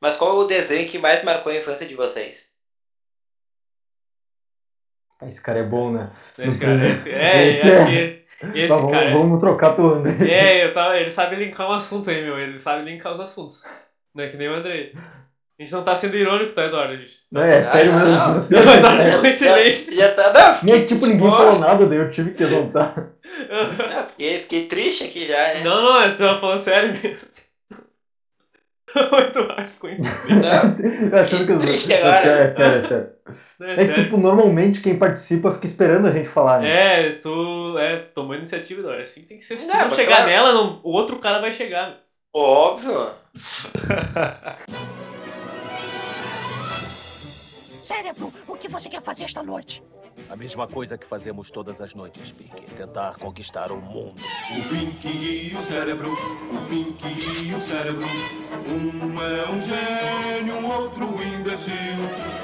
Mas qual é o desenho que mais marcou a infância de vocês? Esse cara é bom, né? Esse cara, esse, é, acho que esse Tá, vamos, cara. vamos trocar pelo André. É, eu tava, ele sabe linkar um assunto aí, meu. Ele sabe linkar os assuntos. Não é que nem o Andrei. A gente não tá sendo irônico, tá, Eduardo? A gente- Não, é sério Ah, mesmo. O Eduardo ficou em silêncio. Já, já tá, não, Nem fiquei, tipo, ninguém falou nada, daí eu tive que levantar. não, fiquei, fiquei triste aqui já, né? Não, não, eu tava falando sério mesmo. O Eduardo ficou em silêncio. Não, Achando que as Triste é agora. sério, é sério, é sério. Né, É que, sério. tipo, normalmente quem participa fica esperando a gente falar, né? É, tu é, tomou iniciativa, Eduardo. É Assim que tem que ser. Se tu Não, não mas chegar claro. nela, não, o outro cara vai chegar. óbvio. Cérebro, o que você quer fazer esta noite? A mesma coisa que fazemos todas as noites, Pink. Tentar conquistar o mundo. O Pink e o cérebro, o Pink e o cérebro. Um é um gênio, o outro um imbecil.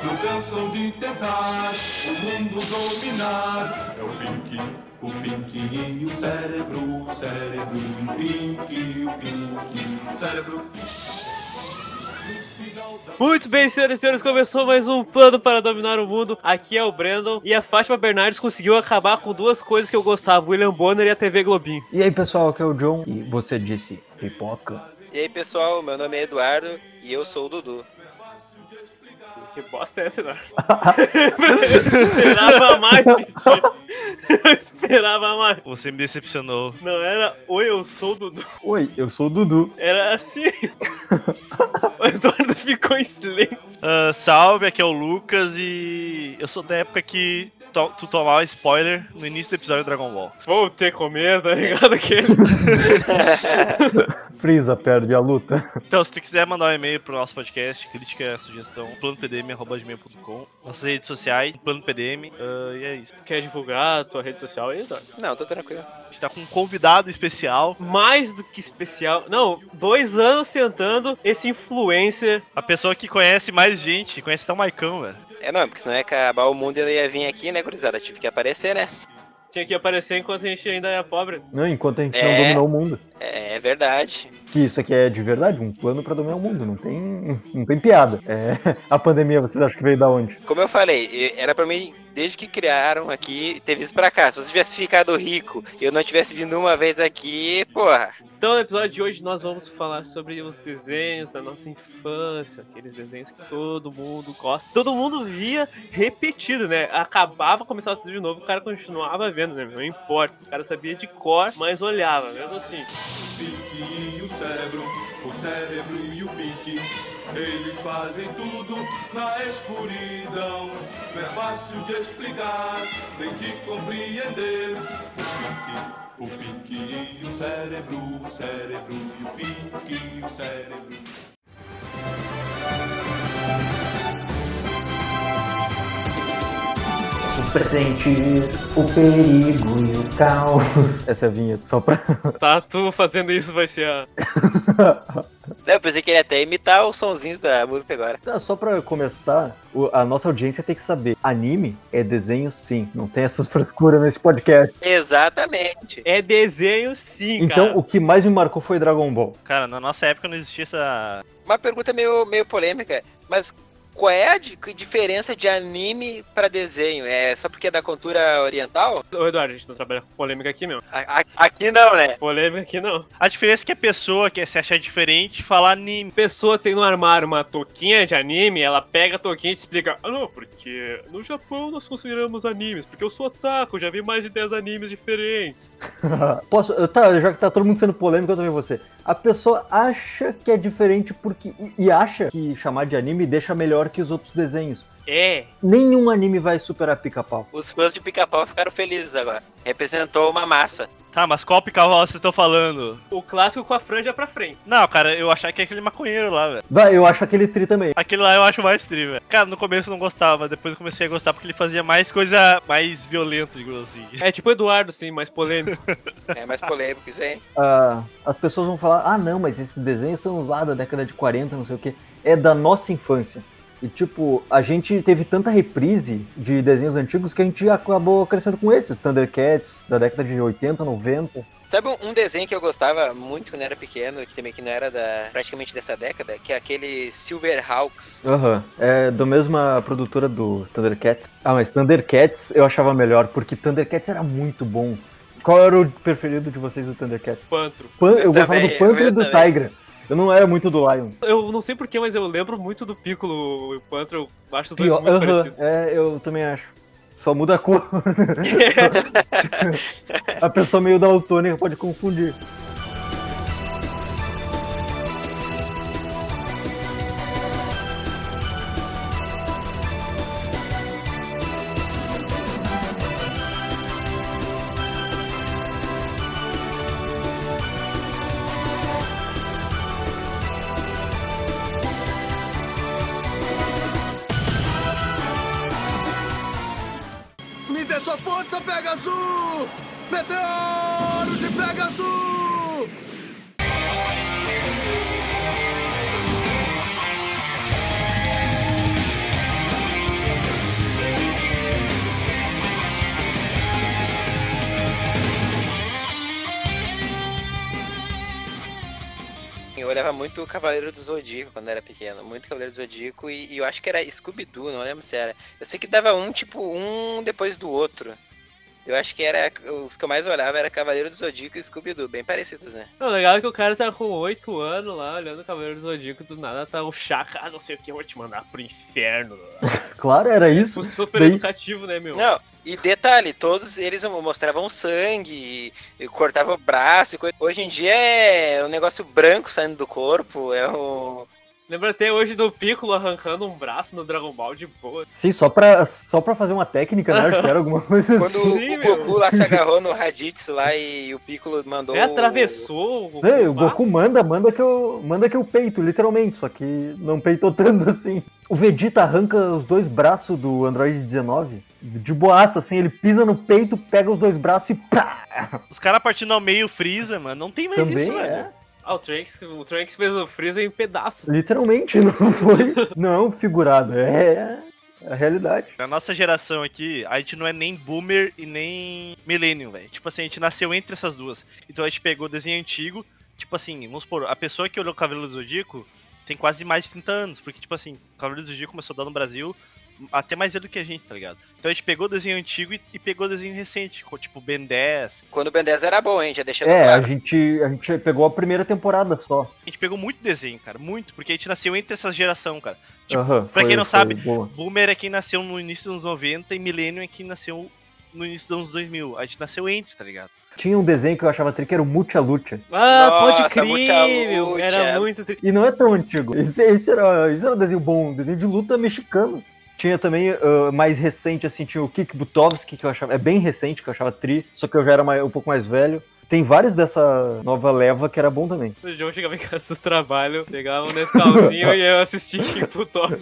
Não cansam de tentar o mundo dominar. É o Pink, o Pink e o cérebro, o cérebro. O Pink, o Pink, o cérebro. No final da- Muito bem, senhoras e senhores, começou mais um plano para dominar o mundo. Aqui é o Brandon e a Fátima Bernardes conseguiu acabar com duas coisas que eu gostava: William Bonner e a TV Globinho. E aí, pessoal, aqui é o John. E você disse pipoca? E aí, pessoal, meu nome é Eduardo e eu sou o Dudu. Que bosta é essa, Eduardo? eu esperava mais, gente. Eu esperava mais. Você me decepcionou. Não era oi, eu sou o Dudu. Oi, eu sou o Dudu. Era assim. o Eduardo ficou em silêncio. Ah, salve, aqui é o Lucas e eu sou da época que to- tu tomava spoiler no início do episódio do Dragon Ball. Vou ter comer, tá ligado? Aquele. Frieza perde a luta. Então, se tu quiser mandar um e-mail pro nosso podcast, crítica, sugestão, planopdm.com, nossas redes sociais, planopdm, ah, e é isso. Quer divulgar a tua rede social aí, Eduardo? Não, tô tranquilo. A gente tá com um convidado especial, mais do que especial. Não, dois anos tentando esse influencer. a pessoa que conhece mais gente, conhece até o Maicão, velho. É não, porque senão ia acabar o mundo e eu não ia vir aqui, né, gurizada? Tive que aparecer, né? Tinha que aparecer enquanto a gente ainda era pobre. Não, enquanto a gente É. não dominar o mundo. É, é verdade. Que isso aqui é de verdade, um plano pra dominar o mundo, não tem, não tem piada. É, a pandemia, vocês acham que veio da onde? Como eu falei, e- era pra mim, desde que criaram aqui, ter visto pra cá. Se você tivesse ficado rico e eu não tivesse vindo uma vez aqui, porra. Então, no episódio de hoje, nós vamos falar sobre os desenhos da nossa infância, aqueles desenhos que todo mundo gosta. Todo mundo via repetido, né? Acabava, começava tudo de novo, o cara continuava vendo, né? Não importa. O cara sabia de cor, mas olhava, mesmo assim. Pink e o cérebro, o cérebro e o Pink. Eles fazem tudo na escuridão. Não é fácil de explicar, nem de compreender. O Pink, o Pink e o cérebro, o cérebro e o Pink e o cérebro. Presente o perigo e o caos. Essa é a vinheta, só pra. Tá, tu fazendo isso vai ser a. Não, eu pensei que ele ia até imitar os sonzinhos da música agora. Tá, Só pra começar, o- a nossa audiência tem que saber: anime é desenho sim, não tem essas frescuras nesse podcast. Exatamente. É desenho sim, então, cara. o que mais me marcou foi Dragon Ball. Cara, na nossa época não existia essa... Uma pergunta meio, meio polêmica, mas qual é a di- diferença de anime pra desenho? É só porque é da cultura oriental? Ô, Eduardo, a gente não trabalha com polêmica aqui mesmo. A- a- aqui não, né? Polêmica aqui não. A diferença é que a pessoa quer se achar diferente e falar anime. pessoa tem no armário uma touquinha de anime, ela pega a touquinha e te explica: Ah, não, porque no Japão nós consideramos animes, porque eu sou otaku, já vi mais de 10 animes diferentes. Posso. Tá, já que tá todo mundo sendo polêmico, eu também vou ser. A pessoa acha que é diferente porque. e- e acha que chamar de anime deixa melhor que os outros desenhos. É, Nenhum anime vai superar pica-pau. Os fãs de pica-pau ficaram felizes agora. Representou uma massa. Tá, mas qual pica-pau vocês estão falando? o clássico com a franja pra frente. Não, cara, eu achava que é aquele maconheiro lá, velho. Vai, eu acho aquele tri também. Aquele lá eu acho mais tri, velho. Cara, no começo eu não gostava, mas depois eu comecei a gostar porque ele fazia mais coisa mais violenta, digamos assim. É tipo o Eduardo, sim, mais polêmico. É mais polêmico isso aí. Ah, as pessoas vão falar, ah não, mas esses desenhos são lá da década de 40, não sei o que, é da nossa infância. E tipo, a gente teve tanta reprise de desenhos antigos que a gente acabou crescendo com esses, Thundercats, da década de 80, 90. Sabe um, um desenho que eu gostava muito quando era pequeno, que também que não era da, praticamente dessa década, que é aquele Silverhawks. Aham. É da mesma produtora do Thundercats. Ah, mas Thundercats eu achava melhor, porque Thundercats era muito bom. Qual era o preferido de vocês do Thundercats? Pantro. Pan- eu, Eu gostava também, do Panther eu e do também. Tigra. Eu não era muito do Lion. Eu não sei porquê, mas eu lembro muito do Piccolo e o Pantro. Eu acho os dois Pior, muito aham, parecidos. é, eu também acho. Só muda a cor. a pessoa meio daltônica pode confundir. Me dê sua força, Pegasus! Meteoro de Pegasus! Eu olhava muito o Cavaleiro do Zodíaco quando era pequeno, muito Cavaleiro do Zodíaco e, e eu acho que era Scooby-Doo, não lembro se era. Eu sei que dava um, tipo, um depois do outro. Eu acho que era os que eu mais olhava era Cavaleiro do Zodíaco e Scooby-Doo, bem parecidos, né? O legal é que o cara tá com 8 anos lá, olhando o Cavaleiro do Zodíaco, do nada tá o Chaka, ah, não sei o que, eu vou te mandar pro inferno. Claro, era É isso. Tipo, super Bem- educativo, né, meu? Não, e detalhe, todos eles mostravam sangue, e cortavam o braço e coisa. Hoje em dia é um negócio branco saindo do corpo, é o. Lembra até hoje do Piccolo arrancando um braço no Dragon Ball de boa. Sim, só pra, só pra fazer uma técnica, né? Acho que era alguma coisa Quando assim. Sim, o meu. Goku lá se agarrou no Raditz lá e o Piccolo mandou. Né, atravessou o Goku. Não, e o lá. Goku manda, manda que, eu, manda que eu peito, literalmente, só que não peitou tanto assim. O Vegeta arranca os dois braços do Android 19, de boaça, assim, ele pisa no peito, pega os dois braços e pá! Os caras partindo ao meio Freeza, mano. Não tem mais Também isso, é. velho. Ah, o Trunks, o Trunks fez o Freeza em pedaços. Literalmente, não foi. Não é um figurado, é a realidade. Na nossa geração aqui, a gente não é nem boomer e nem millennium, velho. Tipo assim, a gente nasceu entre essas duas. Então a gente pegou desenho antigo, tipo assim, vamos supor, a pessoa que olhou o Cavaleiro do Zodíaco tem quase mais de 30 anos, porque tipo assim, o Cavaleiro do Zodíaco começou a dar no Brasil até mais velho do que a gente, tá ligado? Então a gente pegou desenho antigo e, e pegou desenho recente, co- tipo Ben 10. Quando o Ben 10 era bom, hein? Já deixando É, a claro. gente, a gente pegou a primeira temporada só. A gente pegou muito desenho, cara, muito, porque a gente nasceu entre essa geração, cara. Tipo, Aham, pra quem não sabe, boa. Boomer é quem nasceu no início dos anos 90 e Millennium é quem nasceu no início dos anos 2000. A gente nasceu entre, tá ligado? Tinha um desenho que eu achava tri que era o Mucha Lucha. Ah, pode Nossa, muita crer, meu. Era luta. muito tri... E não é tão antigo. Esse, esse era, esse era um desenho bom, um desenho de luta mexicano. Tinha também, ah, mais recente, assim, tinha o Kik Butovski, que eu achava. É bem recente, que eu achava tri, só que eu já era mai- um pouco mais velho. Tem vários dessa nova leva que era bom também. O João chegava em casa do trabalho, pegava um Nescauzinho e eu assistia pro top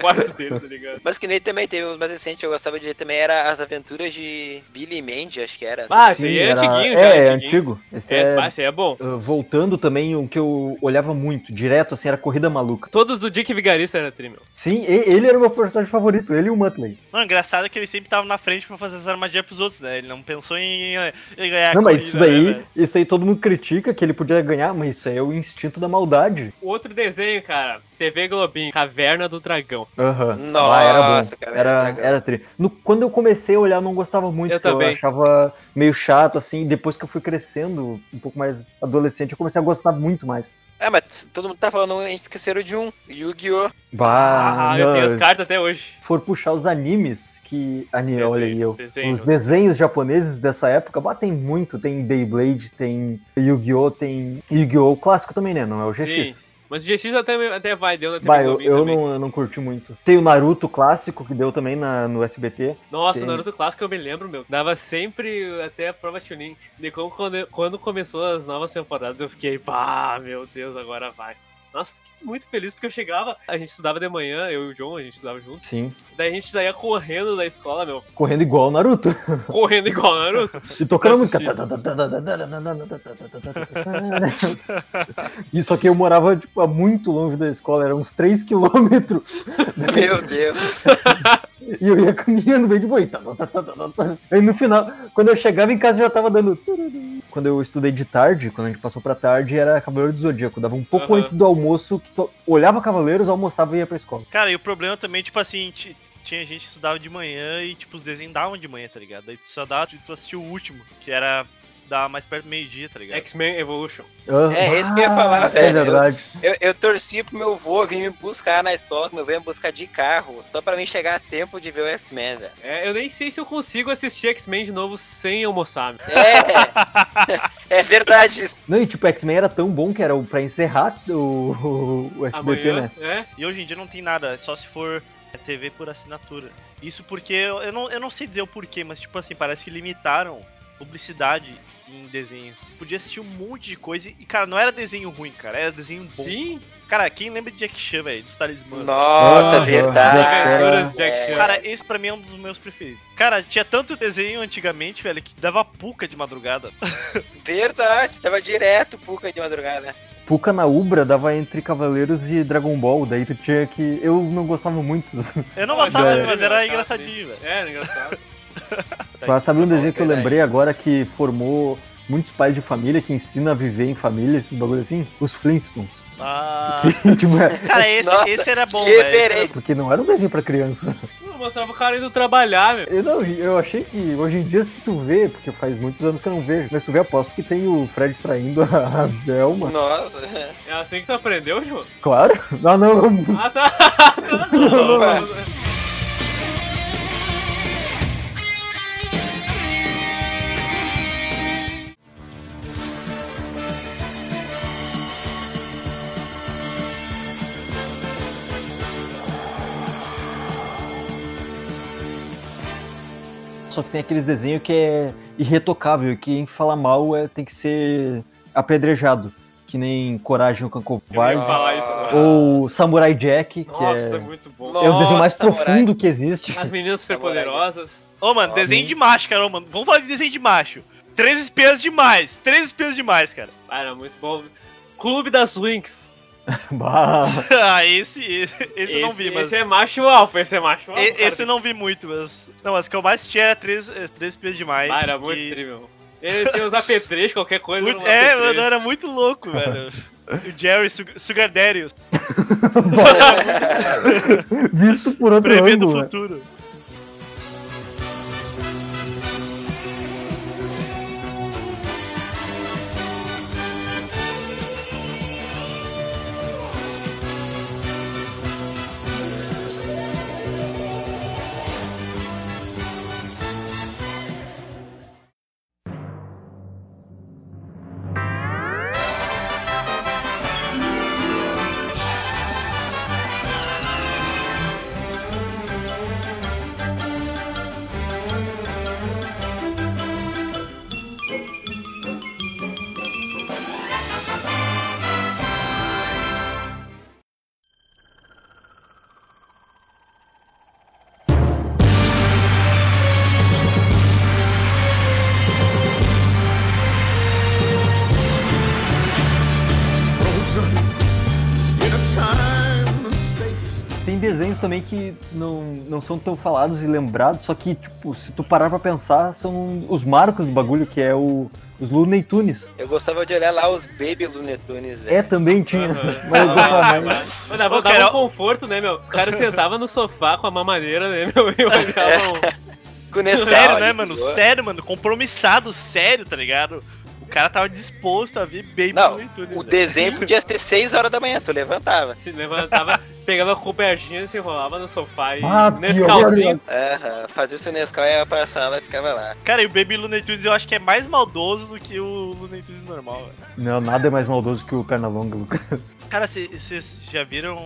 quarto dele, tá ligado? Mas que nem também teve uns mais recentes, eu gostava de ver também, era as aventuras de Billy Mandy, acho que era. assim. Ah, esse aí é antiguinho já, É, é antiguinho. antigo. Esse É, é- mas esse aí é bom. ah, voltando também, o que eu olhava muito, direto, assim, era Corrida Maluca. Todos do Dick Vigarista era tri, meu. Sim, e- ele era o meu personagem favorito, ele e o Muttley. Não, engraçado é que ele sempre tava na frente pra fazer as armadilhas pros outros, né? Ele não pensou em, eh, em É ganhar a Não, mas corrida, isso né, daí, velho? isso aí todo mundo critica que ele podia ganhar, mas isso aí é o instinto da maldade. Outro desenho, cara. TV Globinho, Caverna do Dragão. Aham. Nossa, Ah, era bom. cara, era Era, legal. era tri. No- quando eu comecei a olhar, eu não gostava muito. Eu porque também. achava meio chato, assim. Depois que eu fui crescendo, um pouco mais adolescente, eu comecei a gostar muito mais. Ah, mas todo mundo tá falando, a gente esqueceram de um, Yu-Gi-Oh! Bah, Ah, eu não. tenho as cartas até hoje. Se for puxar os animes que. Anime, Desenho, olha aí eu. desenho. Os desenhos japoneses dessa época, bah, tem muito. Tem Beyblade, tem Yu-Gi-Oh!, tem Yu-Gi-Oh! clássico também, né? Não é o GX. Sim. Mas o GX até, até vai, deu na TV Bah, eu, Globinho eu também. não, eu não curti muito. Tem o Naruto clássico, que deu também na, no SBT. Nossa, o Tem. Naruto clássico eu me lembro, meu. Dava sempre até a prova Chunin. De como quando, quando começou as novas temporadas, eu fiquei, pá, meu Deus, agora vai. Nossa, fiquei muito feliz porque eu chegava, a gente estudava de manhã, eu e o John, a gente estudava junto. Sim. Daí a gente saía correndo da escola, meu, Correndo igual o Naruto. correndo igual o Naruto. E tocando a música. Assistindo. E só que eu morava tipo, a muito longe da escola, era uns 3 km Meu Deus! e eu ia caminhando bem de boi. Aí no final, quando eu chegava em casa já tava dando. quando eu estudei de tarde, quando a gente passou pra tarde, era Cavaleiro do Zodíaco. Dava um pouco Aham. antes do almoço, que to- olhava Cavaleiros, almoçava e ia pra escola. Cara, e o problema também, tipo assim, ti- tinha gente que estudava de manhã e, tipo, os desenhos davam de manhã, tá ligado? Daí tu só dava, tu assistia o último, que era da mais perto do meio-dia, tá ligado? X-Men Evolution. Ah, É, isso que eu ia falar, É velho. verdade. Eu, eu torci pro meu vô vir me buscar na escola, que meu vô ia me buscar de carro, só pra mim chegar a tempo de ver o X-Men, velho. É, eu nem sei se eu consigo assistir X-Men de novo sem almoçar. meu. É, é verdade isso. Não, e tipo, X-Men era tão bom que era o- pra encerrar o, o- o SBT, Amanhã, né? é. E hoje em dia não tem nada, só se for é, TV por assinatura. Isso porque, eu eu não, eu não sei dizer o porquê, mas, tipo assim, parece que limitaram publicidade em desenho. Podia assistir um monte de coisa e, cara, não era desenho ruim, cara, era desenho bom. Sim. Cara, quem lembra de Jack Chan, velho, dos talismãs? Nossa, Ah, verdade. Aventuras de Jack Chan. Cara, esse pra mim é um dos meus preferidos. Cara, tinha tanto desenho antigamente, velho, que dava puca de madrugada. é Verdade, tava direto Puca de madrugada. Puka na Ubra dava entre Cavaleiros e Dragon Ball, daí tu tinha que. Eu não gostava muito. Eu não Olha, gostava, velho. mas era Engraçado, engraçadinho, velho. É, era engraçado. Mas sabe um desenho que eu verdade. lembrei agora que formou muitos pais de família, que ensina a viver em família, esses bagulho assim? Os Flintstones. Ah, tipo, é, cara, esse, Nossa, esse era bom, que velho. referência. porque não era um desenho pra criança. Eu mostrava o cara indo trabalhar, meu. Eu, não, eu achei que hoje em dia, se tu vê, porque faz muitos anos que eu não vejo, mas tu vê, aposto que tem o Fred traindo a a Velma. Nossa. É assim que você aprendeu, João? Claro. Não, não, não. Ah, tá. Tá, não. Opa. Só que tem aqueles desenhos que é irretocável, que quem fala mal é, tem que ser apedrejado. Que nem Coragem o Cão Eu ia Covarde. falar isso agora. Ou Samurai Jack, que Nossa, é, muito bom. é o desenho Nossa, mais Samurai. profundo que existe. As meninas superpoderosas. Ô, mano, Ó, desenho hein? Uhum. de macho, cara, ô, mano. Vamos falar de desenho de macho. Três espelhos demais, três espelhos demais, cara. Ah, era muito bom. Clube das Winx. Bah. ah, esse, esse, esse eu não vi, mas... Esse é macho alfa, esse é macho alfa. e- Esse eu não vi muito, mas... Não, mas o que eu mais tinha era três, eh, três espelhos demais. Ah, era que- muito incrível. Ele tinha os apetrechos, qualquer coisa. Muito- era um É, apetrecho. mano, era muito louco, velho. O Jerry Sug- Sugar Daddy, o Visto por outro prevendo ângulo. o né? futuro. Frozen in a time and space. Tem desenhos também que não, não são tão falados e lembrados, só que, tipo, se tu parar pra pensar, são os marcos do bagulho, que é o, os Looney Tunes. Eu gostava de olhar lá os Baby Looney Tunes, velho. É, também tinha. Aham. Mas eu "Ah, gostava Ah, mais. Mas dava, Ô, dava Carol. um conforto, né, meu? O cara sentava no sofá com a mamadeira, né, meu? E olhava um... Com Nescau, Sério, né, ele mano? zoou. Sério, mano. Compromissado, sério, tá ligado? O cara tava disposto a ver Baby Não, Looney Tunes, O velho. desenho podia ser 6 horas da manhã, tu levantava. Se levantava, pegava a cobertinha, se enrolava no sofá e Ah, nesse pior, calcinho. Aham, fazia o seu Nescau e ia pra sala e ficava lá. Cara, e o Baby Looney Tunes eu acho que é mais maldoso do que o Looney Tunes normal, velho. Não, nada é mais maldoso que o Pernalonga, Lucas. Cara, vocês já viram...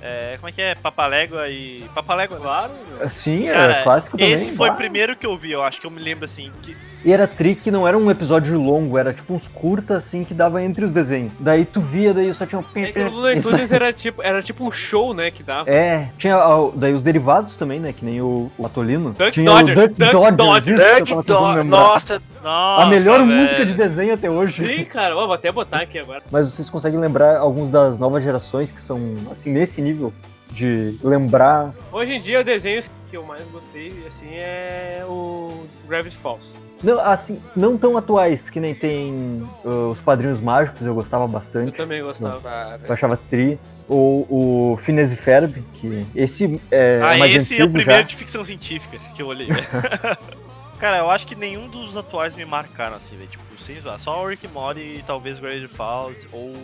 é, como é que é? Papalégua e... Papalégua, né? Claro, meu. Sim, era Cara, clássico também. Esse foi bah. o primeiro que eu vi, eu acho que eu me lembro, assim, que... E era tri que não era um episódio longo, era tipo uns curtas assim que dava entre os desenhos. Daí tu via, daí só tinha um É que o Looney Tunes era tipo, era tipo um show, né, que dava. É, tinha ah, daí os derivados também, né? Que nem o, o Atolino. Duck tinha Dodgers, o Duck Duck Dodgers. Dodgers. isso que eu Doug tava tentando Dog, lembrar. nossa, Nossa, A melhor velho. música de desenho até hoje. Sim, cara, ó, vou até botar aqui agora. Mas vocês conseguem lembrar alguns das novas gerações que são, assim, nesse nível? de lembrar. Hoje em dia, o desenho que eu mais gostei, assim, é o Gravity Falls. Não, assim, não tão atuais, que nem tem uh, os Padrinhos Mágicos, eu gostava Eu bastante. também gostava. Ah, Eu velho. achava tri. Ou o Phineas e Ferb, que esse é ah, mais esse é o antigo primeiro já. de ficção científica que eu olhei. velho. Cara, eu acho que nenhum dos atuais me marcaram assim, velho. Tipo, sem zoar. Só o Rick and Morty e talvez Gravity Falls ou.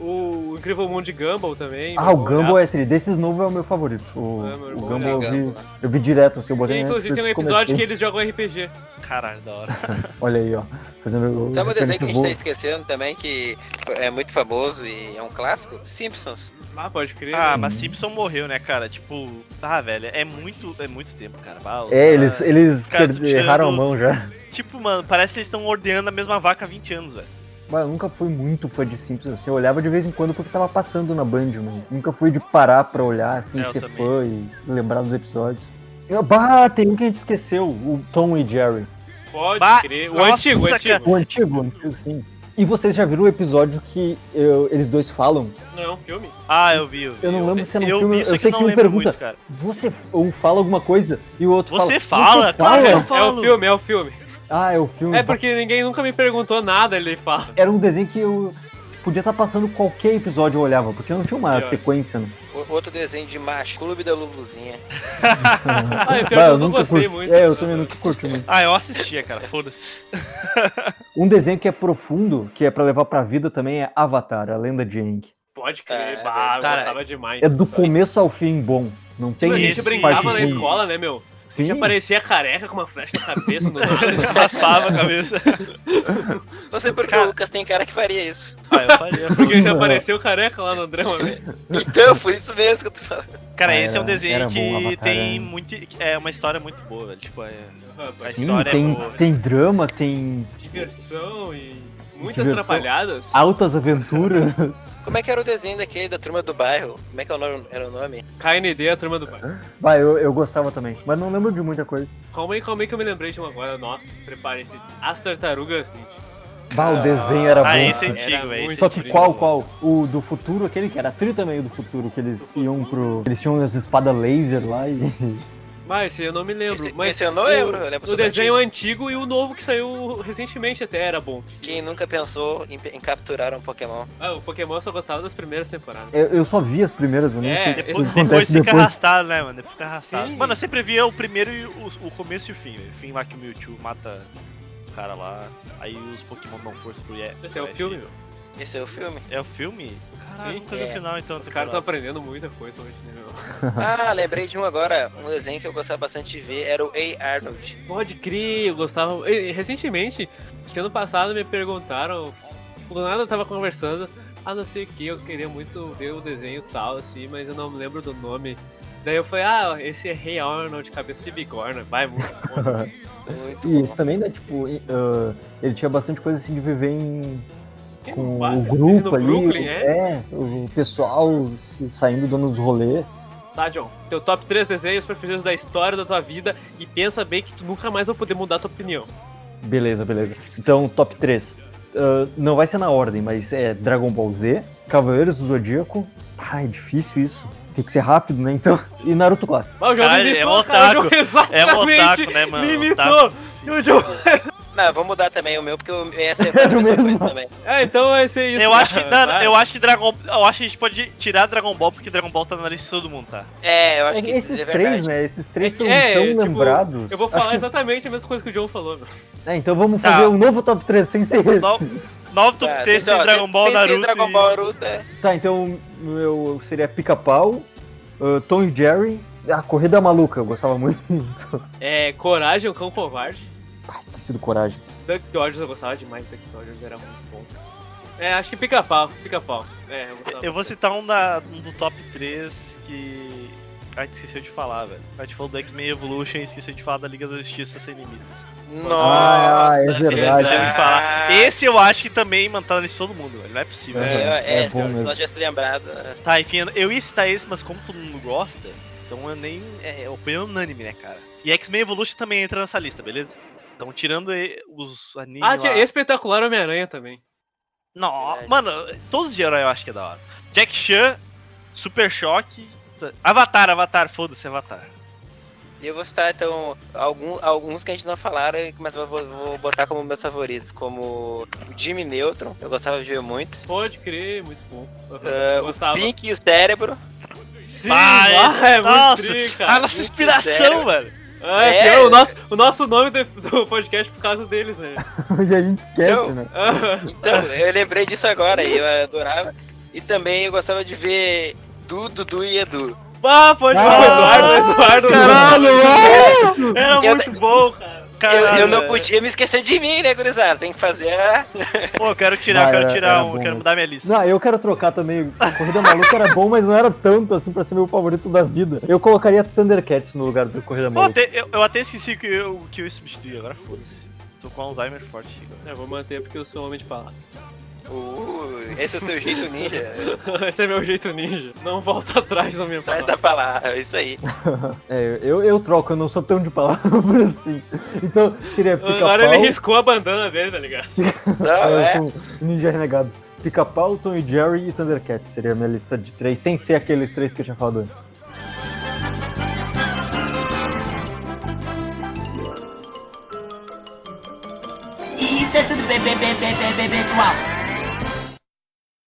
O Incrível Mundo de Gumball também. Ah, o meu Gumball é tri. Desses novos é o meu favorito. O, É, meu o irmão, Gumball eu Gumball, vi, eu vi direto, assim, eu E, botei na inclusive tem um Netflix, episódio que comentei. eles jogam RPG. Caralho, da hora. Olha aí, ó. Fazendo Sabe um desenho que a gente tá referência esquecendo também, que é muito famoso e é um clássico? Simpsons. Ah, pode crer. Ah, né? mas Simpson morreu, né, cara? Tipo, ah, velho, é muito, é muito tempo, cara. Ah, os boa. É, cara- eles, eles Os caras perde- tão tirando- erraram a mão já. Tipo, mano, parece que eles estão ordenando a mesma vaca há 20 anos, velho. Mas eu nunca fui muito fã de Simpsons, assim, eu olhava de vez em quando porque tava passando na Band, mas nunca fui de parar pra olhar, assim, É, eu ser também. fã e lembrar dos episódios. Eu, bah, tem um que a gente esqueceu, o Tom e Jerry. Pode Bah, crer. O nossa, antigo, o cara. antigo. O antigo, o antigo, sim. E vocês já viram o episódio que eu- eles dois falam? Não é um filme? Ah, eu vi, eu vi. Eu não lembro vi. se é no eu filme, vi, só eu sei não que um lembro pergunta. muito, cara. Você, um fala alguma coisa e o outro Você fala... fala, claro que eu É falo. o filme, é o filme. Ah, é o filme. É porque ninguém nunca me perguntou nada, ele fala. Era um desenho que eu podia estar passando qualquer episódio eu olhava, porque não tinha uma Pior. sequência. Né? O- outro desenho de macho, Clube da Luluzinha. Ah, eu, pior que Bah, eu não gostei curti. muito. É, eu também nunca curti muito. Ah, eu assistia, cara, foda-se. Um desenho que é profundo, que é pra levar pra vida também é Avatar, a lenda de Aang. Pode É, crer, bah, eu cara, gostava demais. É do sabe? começo ao fim bom. Não tem Tipo, a gente esse brincava na ruim. escola, né, meu? um. A Sim. gente aparecia careca com uma flecha na cabeça no nada. Raspava a cabeça. Não sei porque Cara- o Lucas tem cara que faria isso. Ah, eu faria. Porque já apareceu careca lá no André uma vez. Então, por isso mesmo que eu tô falando. Cara, Ah, esse é um era- era desenho bom, que Avatar, tem né? muito. É uma história muito boa, velho. Tipo, é. Ah, pá, Sim, história é boa. tem, tem drama, tem Diversão e Diversão. muitas Ah. atrapalhadas. altas aventuras. Como é que era o desenho daquele da turma do bairro? Como é que é o nome- era o nome? KND, a turma do pai. Vai, eu, eu gostava também, mas não lembro de muita coisa. Calma aí, calma aí que eu me lembrei de uma agora. Nossa, prepare-se. As tartarugas ninja. Bah, o desenho era ah, Tá bom. esse é cara. Era antigo, velho. muito esse Só é que antigo. tipo- qual, qual? O do futuro, aquele que era tri também do futuro, que eles iam pro. Eles tinham as espadas laser lá e. Mas eu não me lembro. Esse- Mas esse é eu não o- lembro, eu lembro O só do desenho antigo e o novo que saiu recentemente até era bom. Quem nunca pensou em, em capturar um Pokémon? Ah, o Pokémon eu só gostava das primeiras temporadas. Eu, eu só vi as primeiras, eu nem É, sei o que Depois, Esse- acontece depois fica depois. arrastado, né, mano? Depois fica arrastado. Sim. Mano, eu sempre via o primeiro e o, o começo e o fim, velho. O fim lá que o Mewtwo mata o cara lá. Aí os Pokémon dão força pro Ye- Esse é o Ash. filme, meu. Esse é o filme? É o filme? Caralho, Sim. nunca vi o É. final então. Os dessa caras estão parada. aprendendo muita coisa hoje, né, meu? Ah, lembrei de um agora. Um desenho que eu gostava bastante de ver era o A. Arnold. Pode crer, eu gostava. E, recentemente, acho que ano passado me perguntaram, por nada eu tava conversando, ah, não sei o que, eu queria muito ver o desenho tal, assim, mas eu não me lembro do nome. Daí eu falei, ah, esse é Rei Arnold, de cabeça de bigorna, vai, muito bom. Muito E bom. esse também, né? Tipo, e, ah, ele tinha bastante coisa assim de viver em, Tem com um bar- o no grupo ali. Brooklyn, é? é? o pessoal se- saindo dando os rolê. Tá, John, teu top 3 desenhos preferidos da história da tua vida e pensa bem que tu nunca mais vai poder mudar tua opinião. Beleza, beleza. Então, top 3. não vai ser na ordem, mas é Dragon Ball Z, Cavaleiros do Zodíaco. Ah, é difícil isso. Tem que ser rápido, né? Então. E Naruto Clássico. Mas o John Caralho, me é imitou, um cara, o John É o exatamente Otaku, né, mano? me imitou. Otaku. O John... Não, vou mudar também o meu, porque eu ia ser Era o mesmo. também. Ah, então vai ser isso. Eu acho que. cara. Não, eu acho que Dragon Eu acho que a gente pode tirar Dragon Ball, porque Dragon Ball tá na lista de todo mundo, tá? É, eu acho que Esses é três, verdade. né? Esses três É que- são é, tão tipo, lembrados. Eu vou Acho falar que- exatamente a mesma coisa que o John falou, meu. É, então vamos Tá. fazer um novo top 3 sem ser Não. esses. Tá, 9 top 3 tem, tem ó, Dragon Ball, tem- tem Naruto. Dragon e- Ball, Naruto, é. Tá, então eu seria Pica-Pau, ah, Tom e Jerry. A Corrida Maluca, eu gostava muito. É, Coragem, o Cão Covarde. Pá, esqueci do coragem. Duck Dodgers eu gostava demais, Duck Dodgers era muito bom. É, acho que pica-pau, pica-pau. É, eu gostava. Eu vou citar um, da, um do top 3 que. A gente esqueceu de falar, velho. A gente falou do X-Men Evolution e esqueceu de falar da Liga da Justiça Sem Limites. Nossa, Ah, é verdade. Esqueceu de Ah. falar. Esse eu acho que também, mano, tá na lista de todo mundo, velho. Não é possível. É, velho. é, É bom se mesmo. nós tivesse lembrado. Tá, enfim, eu ia citar esse, mas como todo mundo gosta, então eu nem. É, é opinião unânime, né, cara? E X-Men Evolution também entra nessa lista, beleza? Então, tirando e- os animes. Ah, tinha um lá- espetacular Homem-Aranha também. Não, Verdade. mano, todos de herói eu acho que é da hora. Jack Chan, Super Choque Puta. Avatar, Avatar, foda-se, Avatar. E eu vou citar, então, algum, alguns que a gente não falaram, mas eu vou, vou botar como meus favoritos, como o Jimmy Neutron, eu gostava de ver muito. Pode crer, muito bom. Ah, o Gostava. Pink e o Cérebro. Sim, Vai, ah, é nossa, muito tri, A cara. nossa inspiração, sério. velho. Ah, É. que é o, nosso, o nosso nome do, do podcast por causa deles, né? Hoje a gente esquece, Não. né? Ah, Então, eu lembrei disso agora e eu adorava. E também eu gostava de ver Du, Dudu e Edu. Ah, pode Ah, falar, Eduardo, Eduardo. Caralho, mano. Era Eu- muito bom, cara. Eu, Caralho, né? eu não velho. podia me esquecer de mim, né, gurizada? Tem que fazer a... Pô, eu quero tirar, Vai, eu quero era- tirar era um, bom quero mesmo. mudar minha lista. Não, é eu quero trocar também. Corrida Maluca era bom, mas não era tanto assim pra ser meu favorito da vida. Eu colocaria Thundercats no lugar do Corrida Pô, Maluca. até- eu, eu até esqueci que eu, que eu substituí, agora foda-se. Tô com Alzheimer forte aqui, agora. Eu É, vou manter porque eu sou um homem de palavra. Uh, esse é o seu jeito ninja. Esse é meu jeito ninja. Não volta atrás na minha Atrás palavra. da palavra, isso aí. É, eu, eu troco, eu não sou tão de palavra assim. Então, seria pica-pau. Agora ele é riscou a bandana dele, tá ligado? Ah, Não, eu é. sou um ninja renegado. Pica-pau, Tom e Jerry e Thundercats seria a minha lista de três, sem ser aqueles três que eu tinha falado antes. E isso é tudo bem, bem, bem, bem, bem, bem, pessoal.